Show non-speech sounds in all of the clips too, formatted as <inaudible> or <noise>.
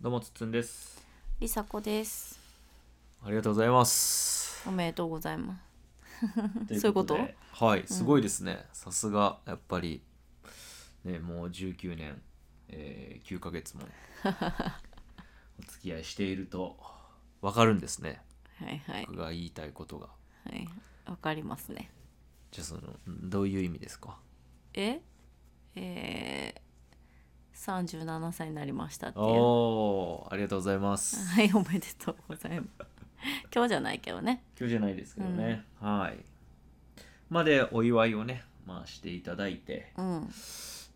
どうもつっつんです。りさこです。ありがとうございます。おめでとうございます。いうそういうことではい、すごいですね。さすが、やっぱり、ね、もう19年、えー、9ヶ <laughs> 月もお付き合いしているとわかるんですね。はいはい僕が言いたいことが。はい。わかりますね。じゃあその、どういう意味ですかええー、37歳になりましたっていう。はおー、ありがとうございます。い、おめでとうございます。今日じゃないけどね。今日じゃないですけどね。はい。までお祝いをね、まあしていただいて。うん。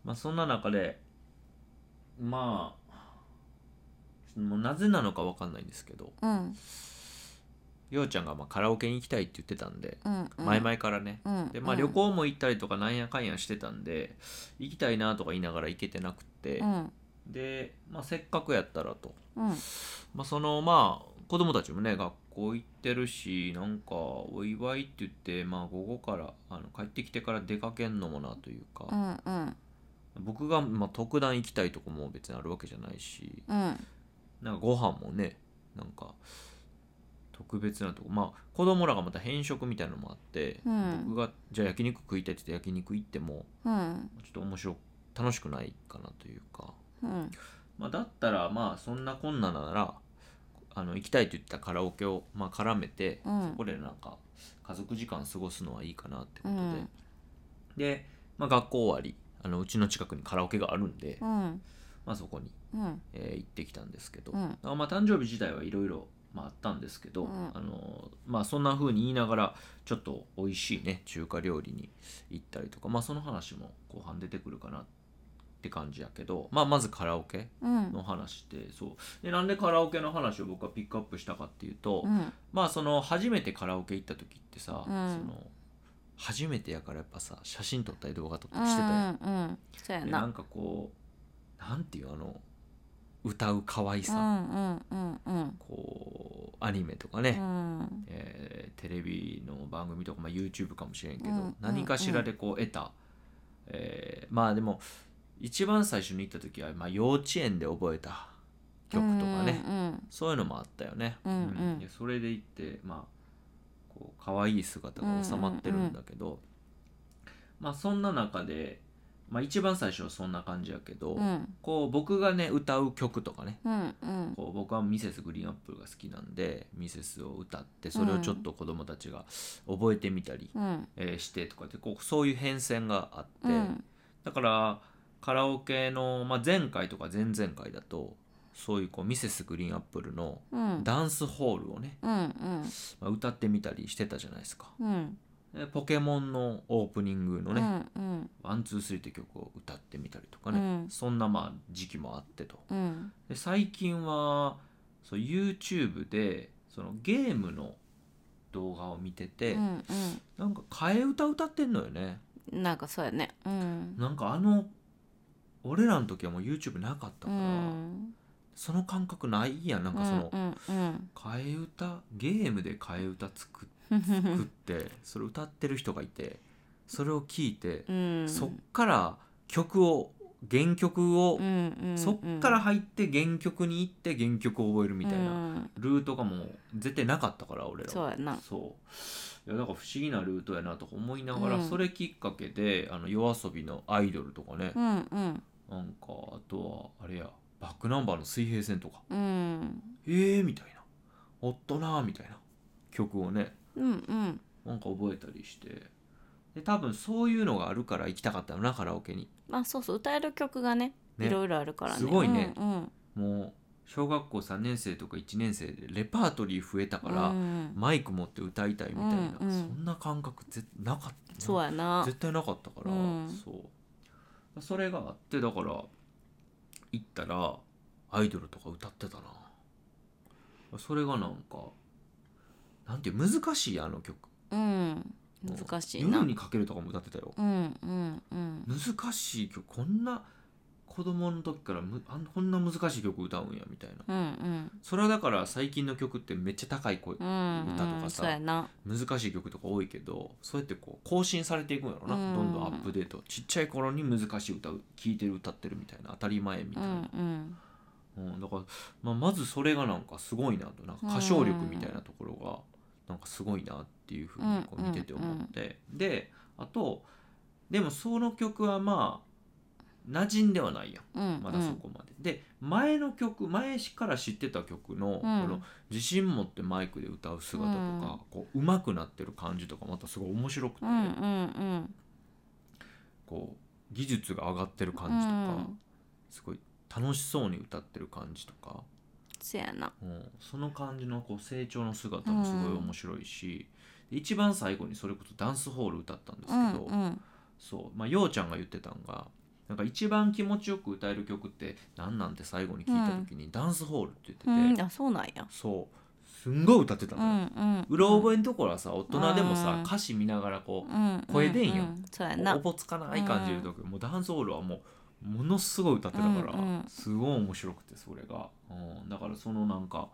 まあそんな中でまあもうなぜなのかわかんないんですけどうん。ようちゃんがまあカラオケに行きたいって言ってたんで、うん。うん前々からね、うん。でまあ旅行も行ったりとかなんやかんやしてたんで行きたいなとか言いながら行けてなくて、うん。で、まあ、せっかくやったらと、うん。まあ、そのまあ子供たちもね学校行ってるしなんかお祝いって言って、まあ、午後からあの帰ってきてから出かけんのもなというか、うん。うん。僕がまあ特段行きたいとこも別にあるわけじゃないしうん。なんかご飯もねなんか特別なとこまあ子供らがまた偏食みたいなのもあって、うん僕がじゃあ焼肉食いたいって言って焼肉行ってもうん。ちょっと面白楽しくないかなというか、うん。まあ、だったらまあそんなこんなならあの行きたいと言ったカラオケをまあ絡めて、うんそこでなんか家族時間過ごすのはいいかなってこうとで、ん。で、まあ、学校終わりあのうちの近くにカラオケがあるんで、うん。まあ、そこにうん。えー行ってきたんですけど、うんあまあ誕生日自体はいろいろあったんですけど、うんあのまあ、そんな風に言いながらちょっと美味しいね中華料理に行ったりとか、まあ、その話も後半出てくるかなって感じやけど、まあ、まずカラオケうん。の話でそうでなんでカラオケの話を僕はピックアップしたかっていうと、うん。まあその初めてカラオケ行った時ってさ、そうんの初めてやからやっぱさ写真撮ったり動画撮ったうん。りしてたやんうん。そうやでなな。んかこうなんていうあの歌う可愛うさ、ん。うん。うん。うん。こうアニメとかね、うん。えーテレビの番組とか、まあ、YouTube かもしれんけど、うん何かしらでこう得た、えーまあでも一番最初に行った時は、まあ、幼稚園で覚えた曲とかね、うん。そういうのもあったよね、うんうんでそれで行ってまあこう可愛い姿が収まってるんだけど、まあそんな中で、まあ、一番最初はそんな感じやけど、うん。こう僕がね歌う曲とかねうん。うん。こう僕はミセスグリーンアップルが好きなんでミセスを歌ってそれをちょっと子供たちが覚えてみたり、うん。えーしてとかってこうそういう変遷があって、うん。だからカラオケの、まあ、前回とか前々回だとそういうこうミセスグリーンアップルのうん。ダンスホールをね、うんうんまあ歌ってみたりしてたじゃないですか。うんでポケモンのオープニングのうねんうん「ワンツースリー」って曲を歌ってみたりとかね、うんそんなまあ時期もあってと。うんで最近はそう YouTube でそのゲームの動画を見てて、うんなんか替え歌歌ってんのよねうんなんかそうやねうんなんかあの俺らの時はもう YouTube なかったかうら、んその感覚ないやんなんかそのうんうん替え歌ゲームで替え歌作っう作っんてそれ歌ってる人がいてそれを聞いて、うんそっから曲を原曲を、うんうんそっから入って原曲に行って原曲を覚えるみたいな、うんルートがもう絶対なかったから俺らはそうやなそういやだから不思議なルートやなとか思いながら、うんそれきっかけであの夜遊びのアイドルとかねう、んうんなんかあとはあれやバックナンバーの水平線とかうんえーみたいなおっとなーみたいな曲をねうんうんなんか覚えたりしてで多分そういうのがあるから行きたかったのなカラオケにまあそうそう歌える曲がねねいろいろあるからねすごいねうんもう小学校3年生とか1年生でレパートリー増えたかうんら、うんマイク持って歌いたいみたいな、うんうんそんな感覚ぜなかったそうやな絶対なかったから、うんそうそれがあってだから行ったらアイドルとか歌ってたなそれがなんかなんていう難しいあの曲うん難しいうんなう夜んにかけるとかも歌ってたようんうん難しい曲こんな子供の時からむあんこんな難しい曲歌うんやみたいなうんうんそれはだから最近の曲ってめっちゃ高い声うん歌とかうんさそうやな難しい曲とか多いけどそうやってこう更新されていくんやろな、うんどんどんアップデートちっちゃい頃に難しい歌を聴いてる歌ってるみたいな当たり前みうたいな、んうんだから、まあ、まずそれがなんかすごいなとなんか歌唱力みたいなところがなんかすごいなっていうふうにこう見てて思って、であとでもその曲はまあ馴染んではないやんうんまだそこまで、で前の曲前から知ってた曲の,、こうんの自信持ってマイクで歌う姿とか、こう上手くなってる感じとかまたすごい面白くて、うんうんうんこう技術が上がってる感うじとか、んすごい楽しそうに歌ってる感じとか、そやなうん、その感じのこう成長の姿もすごい面白いし、で一番最後にそれこそダンスホール歌ったんですけうど、んうんそうまあようちゃんが言ってたんがなんか一番気持ちよく歌える曲って何なんて最後に聞いた時にダンスホールって言ってて、うんあそうなんやそうすんごい歌ってたうのよ、んうんうろ覚えのところはさ大人でもさ、うん歌詞見ながらこう、うん声出んよううそうやおなぼつかない感じる時、もうダンスホールはもうものすごい歌ってたから、うんうんすごい面白くてそれが、うん、だからそのなんか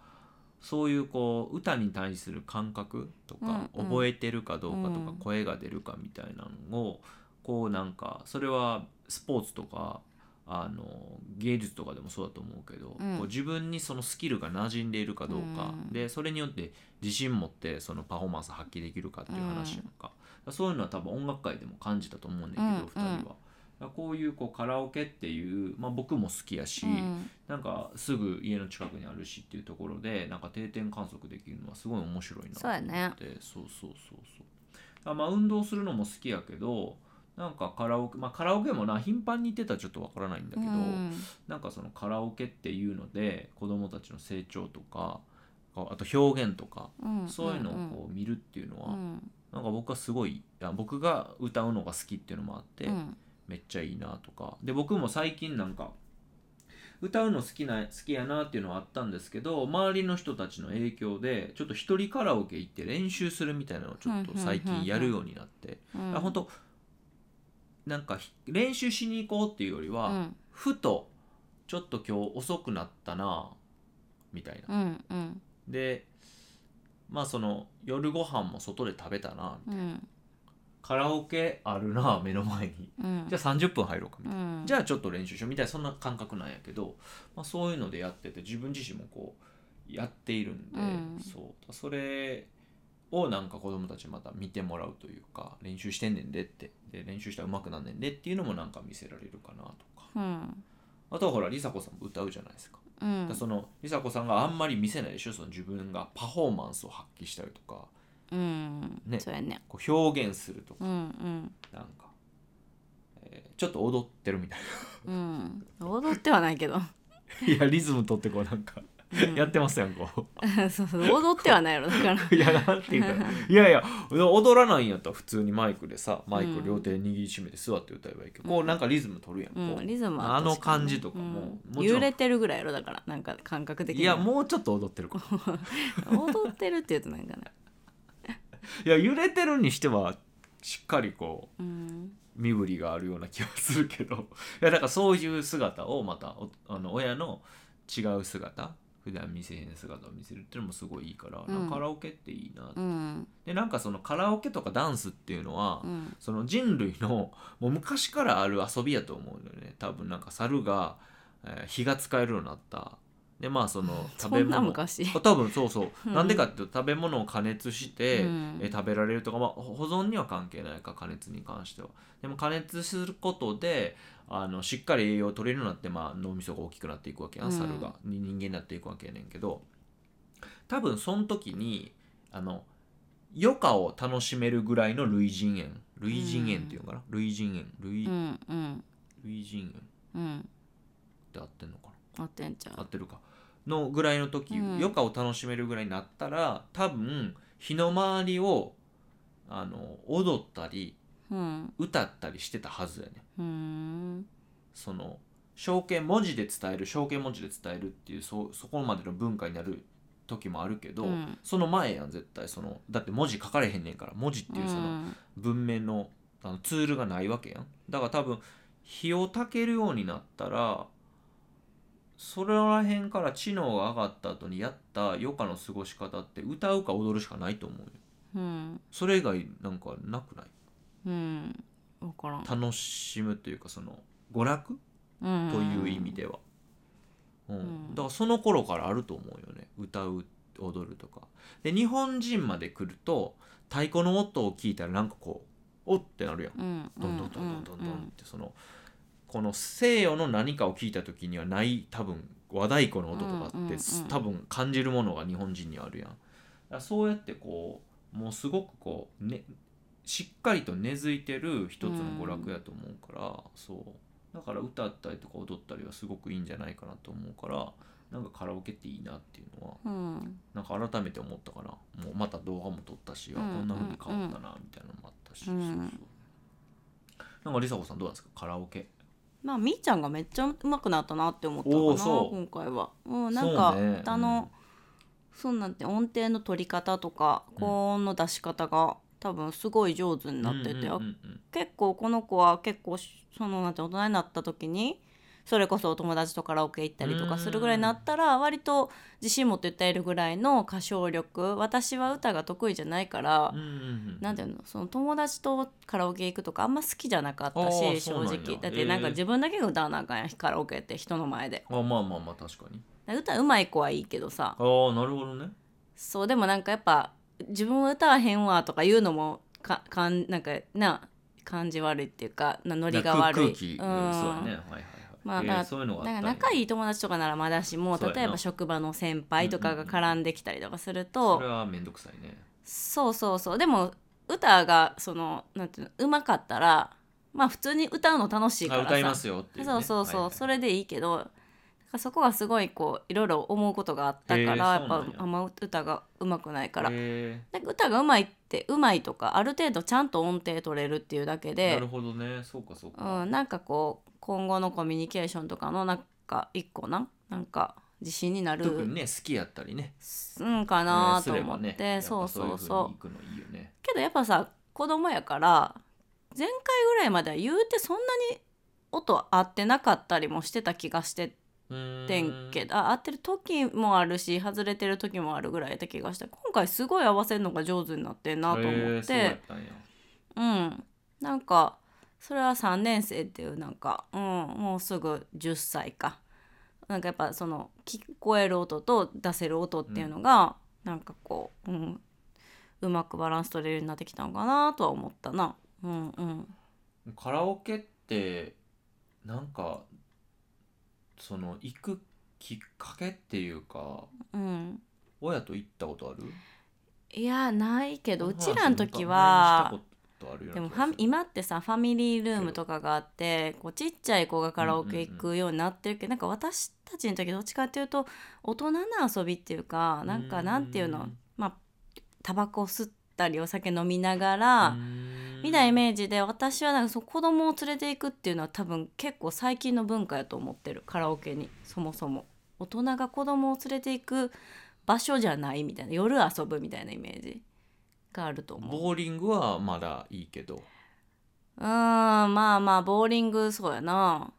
そういうこう歌に対する感覚とか、うんうん覚えてるかどうかとか、うん声が出るかみたいなのをこうなんかそれはスポーツとかあの芸術とかでもそうだと思うけど、うんこう自分にそのスキルが馴染んでいるかどうか、うんでそれによって自信持ってそのパフォーマンス発揮できるかっていう話やんか、そういうのは多分音楽界でも感じたと思うんだけど、うん2人は。だからこういうこうカラオケっていう、まあ、僕も好きやし、うんなんかすぐ家の近くにあるしっていうところでなんか定点観測できるのはすごい面白いなとそうやねってそうそうそうそうあまあ運動するのも好きやけどなんかカラオケまあカラオケもな頻繁に行ってたらちょっとわからないんだけど、うんなんかそのカラオケっていうので子供たちの成長とかあと表現とかうんそういうのをこう見るっていうのは、うんなんか僕はすごいあ僕が歌うのが好きっていうのもあって、うんめっちゃいいなとかで僕も最近なんか歌うの好きな好きやなっていうのはあったんですけど周りの人たちの影響でちょっと一人カラオケ行って練習するみたいなのをちょっと最近やるようになって、うんあ本当なんかひ練習しに行こうっていうよりは、うんふとちょっと今日遅くなったなみたいなうんうんでまあその夜ご飯も外で食べたなうんカラオケあるな目の前にうんじゃあ30分入ろうかみたいな、うんじゃあちょっと練習しようみたいなそんな感覚なんやけど、まあ、そういうのでやってて自分自身もこうやっているんで、うんそうそれをなんか子供たちにまた見てもらうというか練習してんねんでってで練習したらうまくなんねんでっていうのもなんか見せられるかなとかうんあとはほら梨紗子さんも歌うじゃないですかうんだからその梨紗子さんがあんまり見せないでしょその自分がパフォーマンスを発揮したりとかうんねそうやねこう表現するとかうんなんか、えーちょっと踊ってるみたい <laughs> うんうん踊ってはないけどな <laughs> いやリズム取ってこうなんかやってますやんこ <laughs> そうそう踊ってはないやろだから <laughs> ういやなんていうかいやいや踊らないんやったら普通にマイクでさマイク両手で握りしめて座って歌えばいいけど、こうなんかリズム取るやん、こううんリズムはあの確かに感じとかもうんもちろん揺れてるぐらいやろだからなんか感覚的いにやはもうちょっと踊ってるから <laughs> 踊ってるって言うとなんかねいや揺れてるにしてはしっかりこううん身振りがあるような気がするけど <laughs> いやだからそういう姿をまたおあの親の違う姿普段見せへん姿を見せるっていうのもすごいいいから、うんなんかカラオケっていいな、うんでなんかそのカラオケとかダンスっていうのは、うんその人類のもう昔からある遊びやと思うのよね多分なんか猿が、えー火が使えるようになったでまあその食 <laughs> そべんな物昔あ多分そうそううんなんでかっていうと食べ物を加熱して、うんえー食べられるとか、まあ、ほ保存には関係ないか加熱に関してはでも加熱することであのしっかり栄養を取れるようになって、まあ、脳みそが大きくなっていくわけやんうん猿が、に人間になっていくわけやねんけど多分その時にあの余暇を楽しめるぐらいの類人猿類人猿っていうのかな、類人猿類,、うんうん類人猿っうんて合ってんのかな合ってんちゃ合うってるかのぐらいの時、うん余暇を楽しめるぐらいになったら多分日の回りをあの踊ったりうん歌ったりしてたはずやねうんその象形文字で伝える象形文字で伝えるっていうそそこまでの文化になる時もあるけど、うんその前やん絶対そのだって文字書かれへんねんから文字っていうその、文明のあのツールがないわけやんだから多分日をたけるようになったらそれらへんから知能が上がった後にやった余暇の過ごし方って歌うか踊るしかないと思うようんそれ以外なんかなくないうん分からん楽しむというかその娯楽うんという意味では、うんうんだからその頃からあると思うよね歌う踊るとかで日本人まで来ると太鼓の音を聞いたらなんかこうおってなるやんうんどんどんどんどんどんどんうってそのこの西洋の何かを聞いた時にはない多分和太鼓の音とかって、うんうんうん多分感じるものが日本人にあるやんだからそうやってこうもうすごくこう、ね、しっかりと根付いてる一つの娯楽やと思うから、そうだから歌ったりとか踊ったりはすごくいいんじゃないかなと思うからなんかカラオケっていいなっていうのはうんなんか改めて思ったからもうまた動画も撮ったし、あうんこんな風に変わったなみたいなのもあったし、うんそうそうなんかりさこさんどうなんですかカラオケまあみーちゃんがめっちゃうまくなったなって思ったかおーなそう今回は。うん、なんかそうね歌のそうなんて音程の取り方とかん高音の出し方が多分すごい上手にうんなってて、うんうんうん結構この子は結構そのなんて大人になった時にそれこそお友達とカラオケ行ったりとかするぐらいになったら割と自信持って歌えるぐらいの歌唱力私は歌が得意じゃないからうん、うんうんなんていうのその友達とカラオケ行くとかあんま好きじゃなかったあーしそう正なんや直だえってーなんか自分だけが歌わなあかんやんカラオケって人の前であまあまあまあ確かにだから歌うまい子はいいけどさああなるほどねそうでもなんかやっぱ自分は歌わへんわとか言うのもかかんなんかな感じ悪いっていうかなノリが悪い空気、うん、うん、そうやねはいはいはい、まあえーだからそういうのがあだったかんらや仲いい友達とかならまだしもそうやな例えば職場の先輩とかが絡んできたりとかすると、それはめんどくさいねそうそうそうでも歌がそのなんていうのうまかったらまあ普通に歌うの楽しいかあらさ歌いますよっていう、ね、そうそうそう、それでいいけどなんかそこはすごいこういろいろ思うことがあったから、へえやそうなっぱんやあんま歌がうまくないから、えなんか歌がうまいってうまいとかある程度ちゃんと音程取れるっていうだけー、なでるほどねそうかそうか、うん、なんかこう今後のコミュニケーションとかのなんか一個ななんか自信になる特にね好きやったりねうんかなねとすれば思って、ねやっぱそうそうそういう風にそう行くのいいよねけどやっぱさ子供やから前回ぐらいまでは言うてそんなに音合ってなかったりもしてた気がしてうーてんけどあ合ってる時もあるし外れてる時もあるぐらいだ気がして今回すごい合わせるのが上手になってんなと思って。へーそうやったんやうん、なんかそれは3年生っていうなんか、うん、もうすぐ10歳かなんかやっぱその聞こえる音と出せる音っていうのが、なんかこう、うん、うまくバランス取れるようになってきたのかなとは思ったな。うんうん、カラオケってなんかその行くきっかけっていうかうん親と行ったことあるいやないけけどうちらの時はでもファミ今ってさファミリールームとかがあってこうちっちゃい子がカラオケ行くようになってるけど、なんか私たちの時どっちかっていうと大人な遊びっていうかなんかなんていうのまあタバコ吸ったりお酒飲みながら、みたいなーイジメージで私はなんかそう子供を連れていくっていうのは多分結構最近の文化やと思ってるカラオケにそもそも大人が子供を連れていく場所じゃないみたいな夜遊ぶみたいなイメージがあると思うボーリングはまだいいけどうーんまあまあボーリングそうやな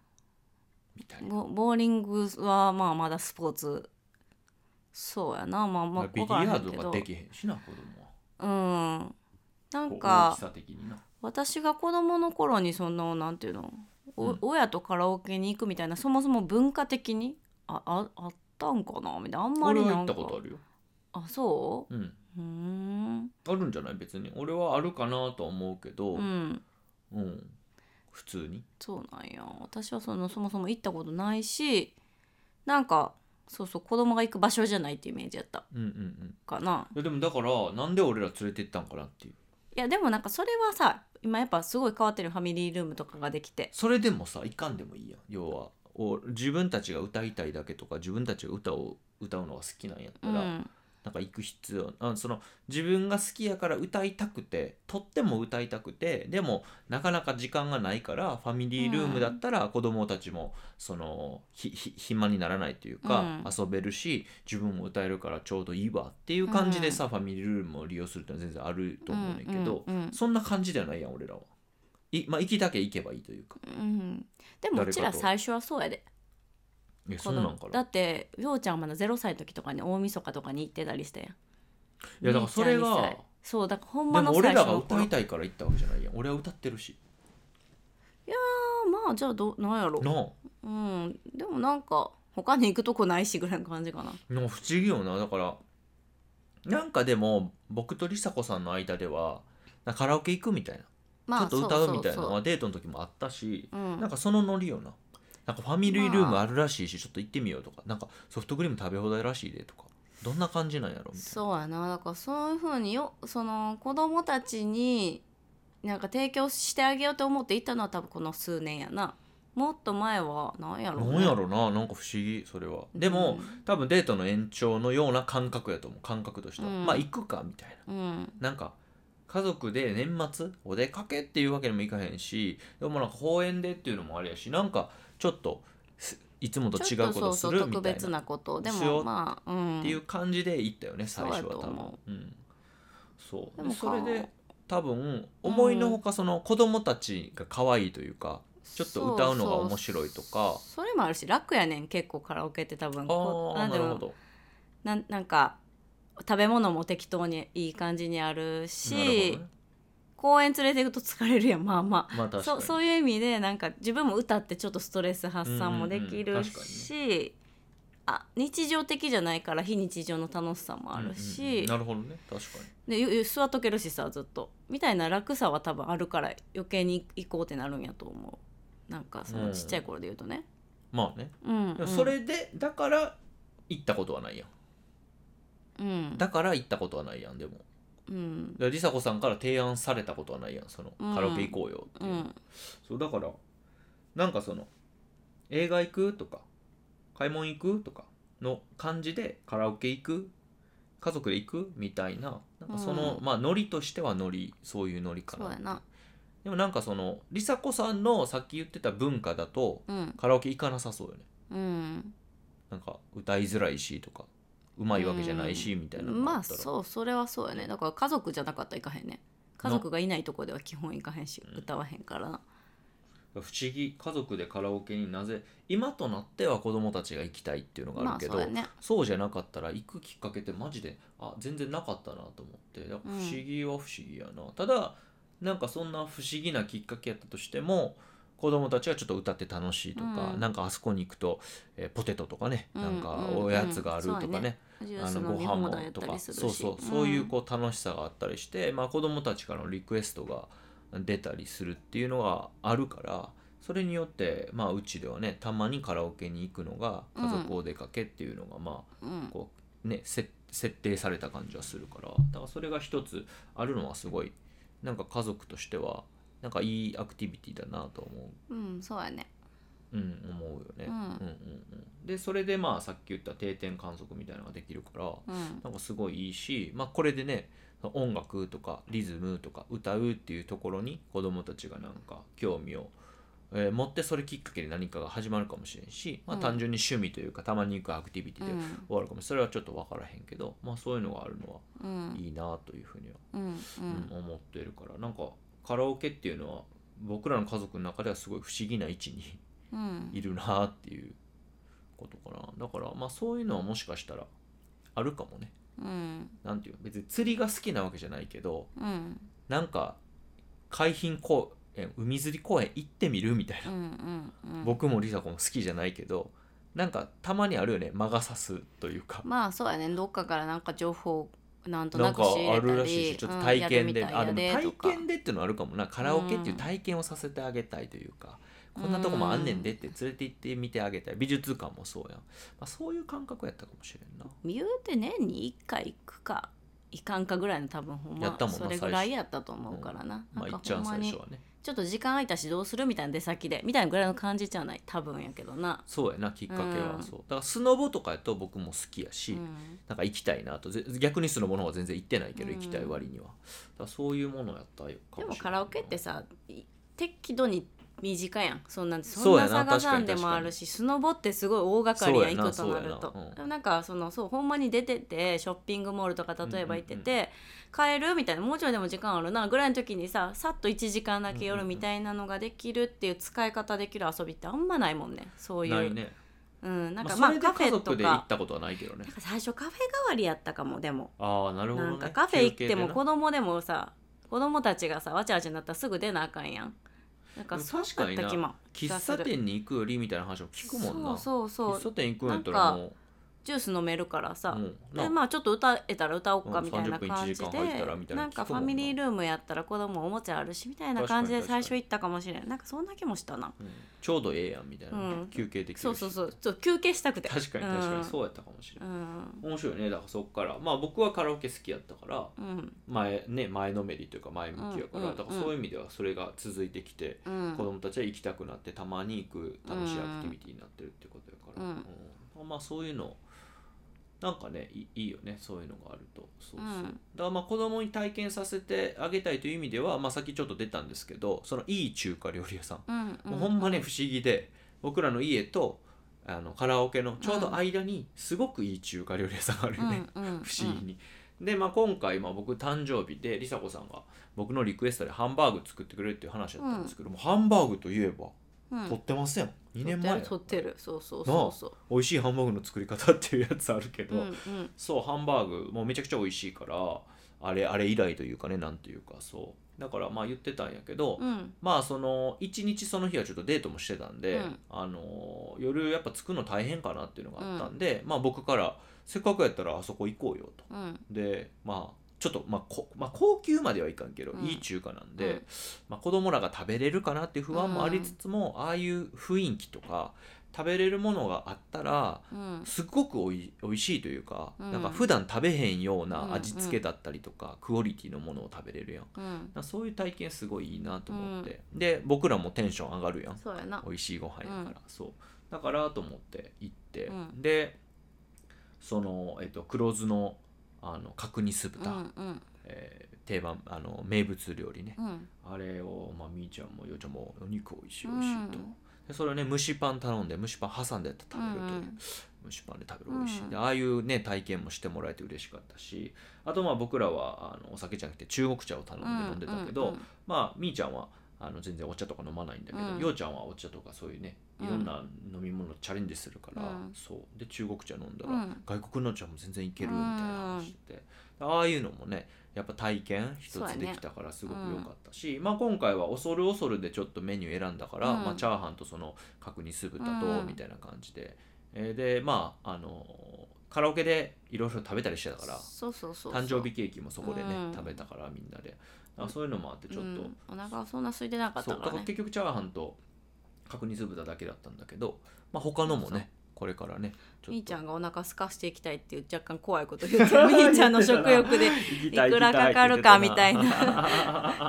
みたいなボボーリングはまあまだスポーツそうやなまあまあまあビリヤードができへんしな子供はうんなんこう大かきさ的にな私が子供の頃にそのなんていうの、おうん親とカラオケに行くみたいなそもそも文化的にあああったんかなみたいなあんま俺りはな行っんたかことあるよあそうんううーんあるんじゃない別に俺はあるかなとは思うけどうんうん普通にそうなんや私はそのそもそも行ったことないしなんかそうそう子供が行く場所じゃないっていうイメージやったうんうんうんかないやでもだからなんで俺ら連れて行ったんかなっていういやでもなんかそれはさ今やっぱすごい変わってるファミリールームとかができてそれでもさいかんでもいいやん要はお自分たちが歌いたいだけとか自分たちが歌を歌うのが好きなんやったうら、んなんか行く必要あその自分が好きやから歌いたくてとっても歌いたくてでもなかなか時間がないからファミリールームだったら子供たちもそのひひ暇にならないというか、うん遊べるし自分も歌えるからちょうどいいわっていう感じでさ、ファミリールームを利用するってのは全然あると思うねんだけど、うんうんうんそんな感じではないやん俺らは。いまあ、行きだけ行けばいいというか。うんでもうち誰らかと最初はそうやでえ子そう供なんかなだってようちゃんまだ0歳の時とかに大晦日とかに行ってたりしていやだからそれがそうだからほんでまのも俺最ら初がの歌頃いたいから行ったわけじゃないやん俺は歌ってるしあまあじゃあどうなんやろなあうんでもなんかほ他に行くとこないしぐらいの感じかなの不思議よなだからなんかでも僕と梨紗子さんの間ではなんかカラオケ行くみたいな、まあちょっと歌うみたいなそのそはうデートの時もあったし、そううんなんかそのノリよななんかファミリールームあるらしいし、ちょっと行ってみようとかなんかソフトクリーム食べ放題らしいでとかどんな感じなんやろみたいなそうやなだからそういうふうによその子供たちになんか提供してあげようと思って行ったのは多分この数年やなもっと前はなんやろなんやろななんか不思議それはでも、多分デートの延長のような感覚やと思う感覚としては、うんまあ行くかみたいなうん、うんなんか家族で年末お出かけっていうわけにもいかへんしでもなんか公園でっていうのもあれやしなんかちょっとすいつもと違うことすちょるっとそうそうみ特たい別なっなことでしよもうまあうんていう感じで行ったよね最初はそうや多と分思うんそうででもかそれで多分思いのほかその子供たちが可愛いというか、ちょっと歌うのが面白いとかそそれもあるし楽やねん結構カラオケって多分こああんなていうるのほどなんなんか食べ物も適当にいい感じにあるしなるほどね公園連れて行くと疲れるやんまあまあまあ確かそにそういう意味でなんか自分も歌ってちょっとストレス発散もできうんうんうるん確かし、あ日常的じゃないから非日常の楽しさもあるし、うんうんうんなるほどね確かにでゆゆ座っとけるしさずっとみたいな楽さは多分あるから余計に行こうってなるんやと思うなんかそのちっちゃい頃で言うとね、まあねうんでうん、もそれでだから行ったことはないやんうんだから行ったことはないやんでもうんだから梨紗子さんから提案されたことはないやんそのうんカラオケ行こうよってういう、んそうだからなんかその映画行くとか買い物行くとかの感じでカラオケ行く家族で行くみたいななんかその、うまあノリとしてはノリそういうノリかそうなやなでもなんかその梨紗子さんのさっき言ってた文化だとうんカラオケ行かなさそうよねうんなんか歌いづらいしとかうまいわけじゃないしみたいなのがまああったらそうそれはそうやねだから家族じゃなかったら行かへんね家族がいないとこでは基本行かへんしうん歌わへんからな不思議家族でカラオケになぜ今となっては子供たちが行きたいっていうのがあまるあけそど、うそやうねじゃなかったら行くきっかけってマジであ全然なかったなと思ってだから不思議は不思議やな、ただなんかそんな不思議なきっかけやったとしても子供たちはちょっと歌って楽しいとか、うんなんかあそこに行くと、えーポテトとかね、なんうんかうんうんおやつがあるとかそうやねねジューあのス飲ごみ飯放も題やっとたりかするしそうそうそういううこう楽しさがあったりして、まあ、子供たちからのリクエストが出たりするっていうのがあるからそれによって、まあ、うちではねたまにカラオケに行くのがうん家族お出かけっていうのが、まあんうんこうねせ設定された感じはするからだからそれが一つあるのはすごいなんか家族としてはなんかいいアクティビティだなと思ううんそうやねうん、思うよね、ううんんうんうんでそれでまあさっき言った定点観測みたいなのができるからうんなんかすごいいいし、まあ、これでね音楽とかリズムとか歌うっていうところに子どもたちがなんか興味を、えー持ってそれきっかけで何かが始まるかもしれんし、まあ、うん単純に趣味というかたまに行くアクティビティでうん終わるかもしれない、それはちょっと分からへんけど、まあ、そういうのがあるのはうんいいなというふうには、うんうんうん思ってるからなんかカラオケっていうのは僕らの家族の中ではすごい不思議な位置に。 <laughs> うんいるなっていうことかなだからまあそういうのはもしかしたらあるかもねうんなんていうの別に釣りが好きなわけじゃないけどうんなんか海浜公園海釣り公園行ってみるみたいうんうな、んうん僕も梨紗子も好きじゃないけどなんかたまにあるよね魔が差すというかまあそうやねどっかからなんか情報なんとななんくか仕入れたりあるらしいしちょっと体験で、うんあでやるもみたいや体でとか験でっていうのはあるかもなカラオケっていう体験をさせてあげたいというか、こんなとこもあんねんでって連れて行ってみてあげたい美術館もそうやん、まあ、そういう感覚やったかもしれんな言うて年に1回行くか行かんかぐらいの多分ほんまやったもんなそれぐらいやったと思うからな,、まあ、いなっんちかゃほんんま最に初はねちょっと時間空いたしどうするみたいな出先でみたいなぐらいの感じじゃない多分やけどな、そうやなきっかけは、うんそうだからスノボとかやと僕も好きやうし、ん、なんか行きたいなとぜ逆にスノボの方は全然行ってないけど、うん行きたい割にはだからそういうものやったよかでももしれんなカラオケってさい適度に短いやんそんなんそそんうやなな差がさん確かでにもあるしスノボってすごい大掛かりやん行くとそうなやなるとそうやなうんでもなんかそのそうほんまに出ててショッピングモールとか例えば行ってて、帰るみたいなもうちょいでも時間あるなぐらいの時にささっと1時間だけ寄るみたいなのができるっていう使い方できる遊びってあんまないもんねそういうないねうん、なんかままあ、そあれでカフ家ェと族で行かったことはないけどねなんか最初カフェ代わりやったかもでもああなるほどなねんかカフェ行って休も憩で子供でもさ子供たちがさわちゃわちゃになったらすぐ出なあかんやんなんかでもそう確かだにっなた気も喫茶店に行くよりみたいな話を聞くもんなそうそう喫そ茶う店行くんやったらもうジュース飲めるからさ、うんなでまあちょっと歌えたら歌おうかうんみたいな30分感じで1時間入ったらみたいななんか聞くフもァんなミリールームやったら子供おもちゃあるしみたいな感じで確かに確最初かに行ったかもしれないなんかそんな気もしたなうんちょうどええやんみたいな、うん休憩できるしそうそうそうちょっと休憩したくて確かに確かうんにそうやったかもしれなうい、ん面白いねだからそっからまあ僕はカラオケ好きやったからうん前ね前のめりというか前向きやから、うんうんだからそういう意味ではそれが続いてきて、うん子供たちは行きたくなってたまに行く楽しいアクティビティになってるってことやから、うんうんまあそういうのなんかねいいいよねそういうのがあるとそうそう、うんだからまあ子供に体験させてあげたいという意味では、まあ、さっきちょっと出たんですけどそのいい中華料理屋さん、うんもうほんまね不思議で僕らの家とあのカラオケのちょうど間にすごくいい中華料理屋さんがあるよね、うんうんうん不思議に。で、まあ、今回、まあ、僕誕生日でりさこさんが僕のリクエストでハンバーグ作ってくれるっていう話だったんですけど、もうハンバーグといえばうん撮ってません、2年前撮ってる撮ってるそうそうそうそ美味しいハンバーグの作り方っていうやつあるけううど、んうんそうハンバーグもうめちゃくちゃ美味しいからあれあれ以来というかねなんというかそうだからまあ言ってたんやけど、うんまあその1日その日はちょっとデートもしてたんで、うんあの夜やっぱ着くの大変かなっていうのがあったんで、まあ僕からせっかくやったらあそこ行こうよとうんでまあちょっと、まあこまあ、高級まではいかんけど、うんいい中華なんで、うんまあ、子供らが食べれるかなっていう不安もありつつも、ああいう雰囲気とか食べれるものがあったらうんすっごくおいおいしいというか、うんなんか普段食べへんよううんな味付けだったりとか、クオリティのものを食べれるやんだうんからそういう体験すごいいいなと思って、で僕らもテンション上がるやんそうやな美味しいご飯やから、うんそうだからと思って行って、うんでその、えっと、黒酢のあの角煮酢う豚、んうんえー定番あの名物料理ね、うんあれを、まあ、みーちゃんもようちゃんもお肉美味しい美味しいと、うんでそれをね蒸しパン頼んで蒸しパン挟んで食べるという、うんうん蒸しパンで食べる美味しい、うんでああいうね体験もしてもらえて嬉しかったしあとまあ僕らはあのお酒じゃなくて中国茶を頼んで飲んでたけど、うんうんまあみーちゃんはあの全然お茶とか飲まないんだけど、うんようちゃんはお茶とかそういうねいろんな飲み物チャレンジするから、うんそうで中国茶飲んだら、うん外国の茶も全然いけるみたいな話してて、ああいうのもねやっぱ体験一そうやつねできたからすごく良かったし、まあ、今回は恐る恐るでちょっとメニュー選んだから、うんまあ、チャーハンとその角煮酢豚うとんみたいな感じで、えーでまああのカラオケでいろいろ食べたりしてたからそうそうそう誕生日ケーキもそこでね、うん食べたからみんなであそういうのもあってちょっと、うん、お腹はそんな空いてなかっそたうだかかららね結局チャーハンと角煮酢豚だけだったんだけど、まあ、他のもそうそうねこれからねちょっとみーちゃんがお腹空かしていきたいっていう若干怖いこと言 <laughs> ってみーちゃんの食欲でいいくらかかるかみ <laughs> たいな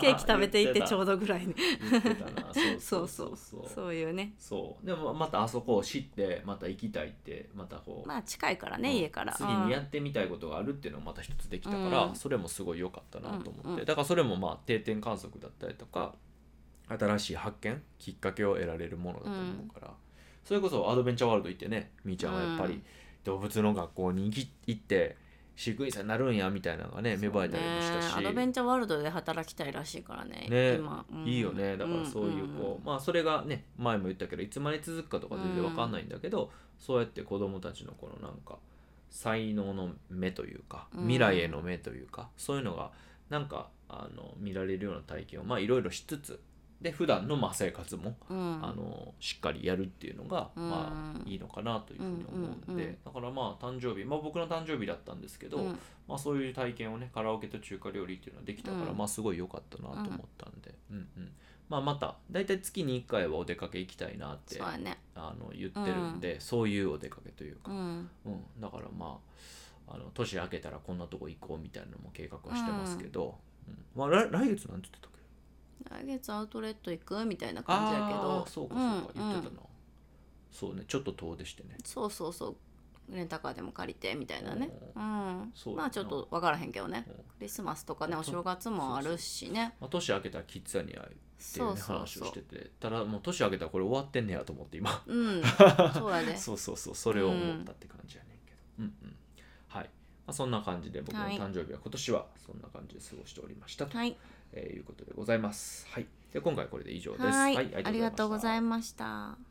ケーキ食べていってちょううどぐらいねそそううそそううそうそうそういうねでもまたあそこを知ってまた行きたいってまたこう、まあ近いからね、うん家から次にやうんってみたいことがあるっていうのがまた一つできたから、うんそれもすごい良かったなと思って、うんうんだからそれもまあ定点観測だったりとか新しい発見きっかけを得られるものだと思うから、それこそアドベンチャーワールド行ってねみーちゃんはやっぱうりん動物の学校に行き行って飼育員さんになるんやみたいなのがね芽生えたりもしたし、ねアドベンチャーワールドで働きたいらしいからねね今、うんいいよねだからそういうこう、まあそれがね前も言ったけどいつまで続くかとか全然わかんないんだけど、そうやって子供たちのこのなんか才能の目というかうん未来への目というか、そういうのがなんかあの見られるような体験をまあいろいろしつつで普段のまあ生活も、うんうんあのしっかりやるっていうのが、うんまあいいのかなというふうに思うんで、うんうんうんだからまあ誕生日、まあ、僕の誕生日だったんですけど、うんまあ、そういう体験をねカラオケと中華料理っていうのはできたから、うんまあすごい良かったなと思ったんで、うんうんまあ、また大体月に1回はお出かけ行きたいなってそうやねあの言ってるんで、そういうお出かけといううか、んうんだからまああの年明けたらこんなとこ行こうみたいなのも計画はしてますけど、うんまあ、来来月なんて言ってたっけ来月アウトレット行くみたいな感じやけどあーそうかそうか、ん言ってうたんなそうねちょっと遠出してねそうそうそうレンタカーでも借りてみたいなねううんそうまあちょっと分からへんけどねうんクリスマスとかねお正月もあるしねまあ、年明けたらキッザニアっていう,、そね、うそう話をそしてうてただもう年明けたらこれ終わってんねやと思って今うんそうや <laughs> でそうそうそうそれを思ったって感じやねんけどうんうんはい、まあ、そんな感じで僕のはい誕生日は今年はそんな感じで過ごしておりましたと、はいえーいうことでございますはいで今回これで以上ですはいありがとうございましました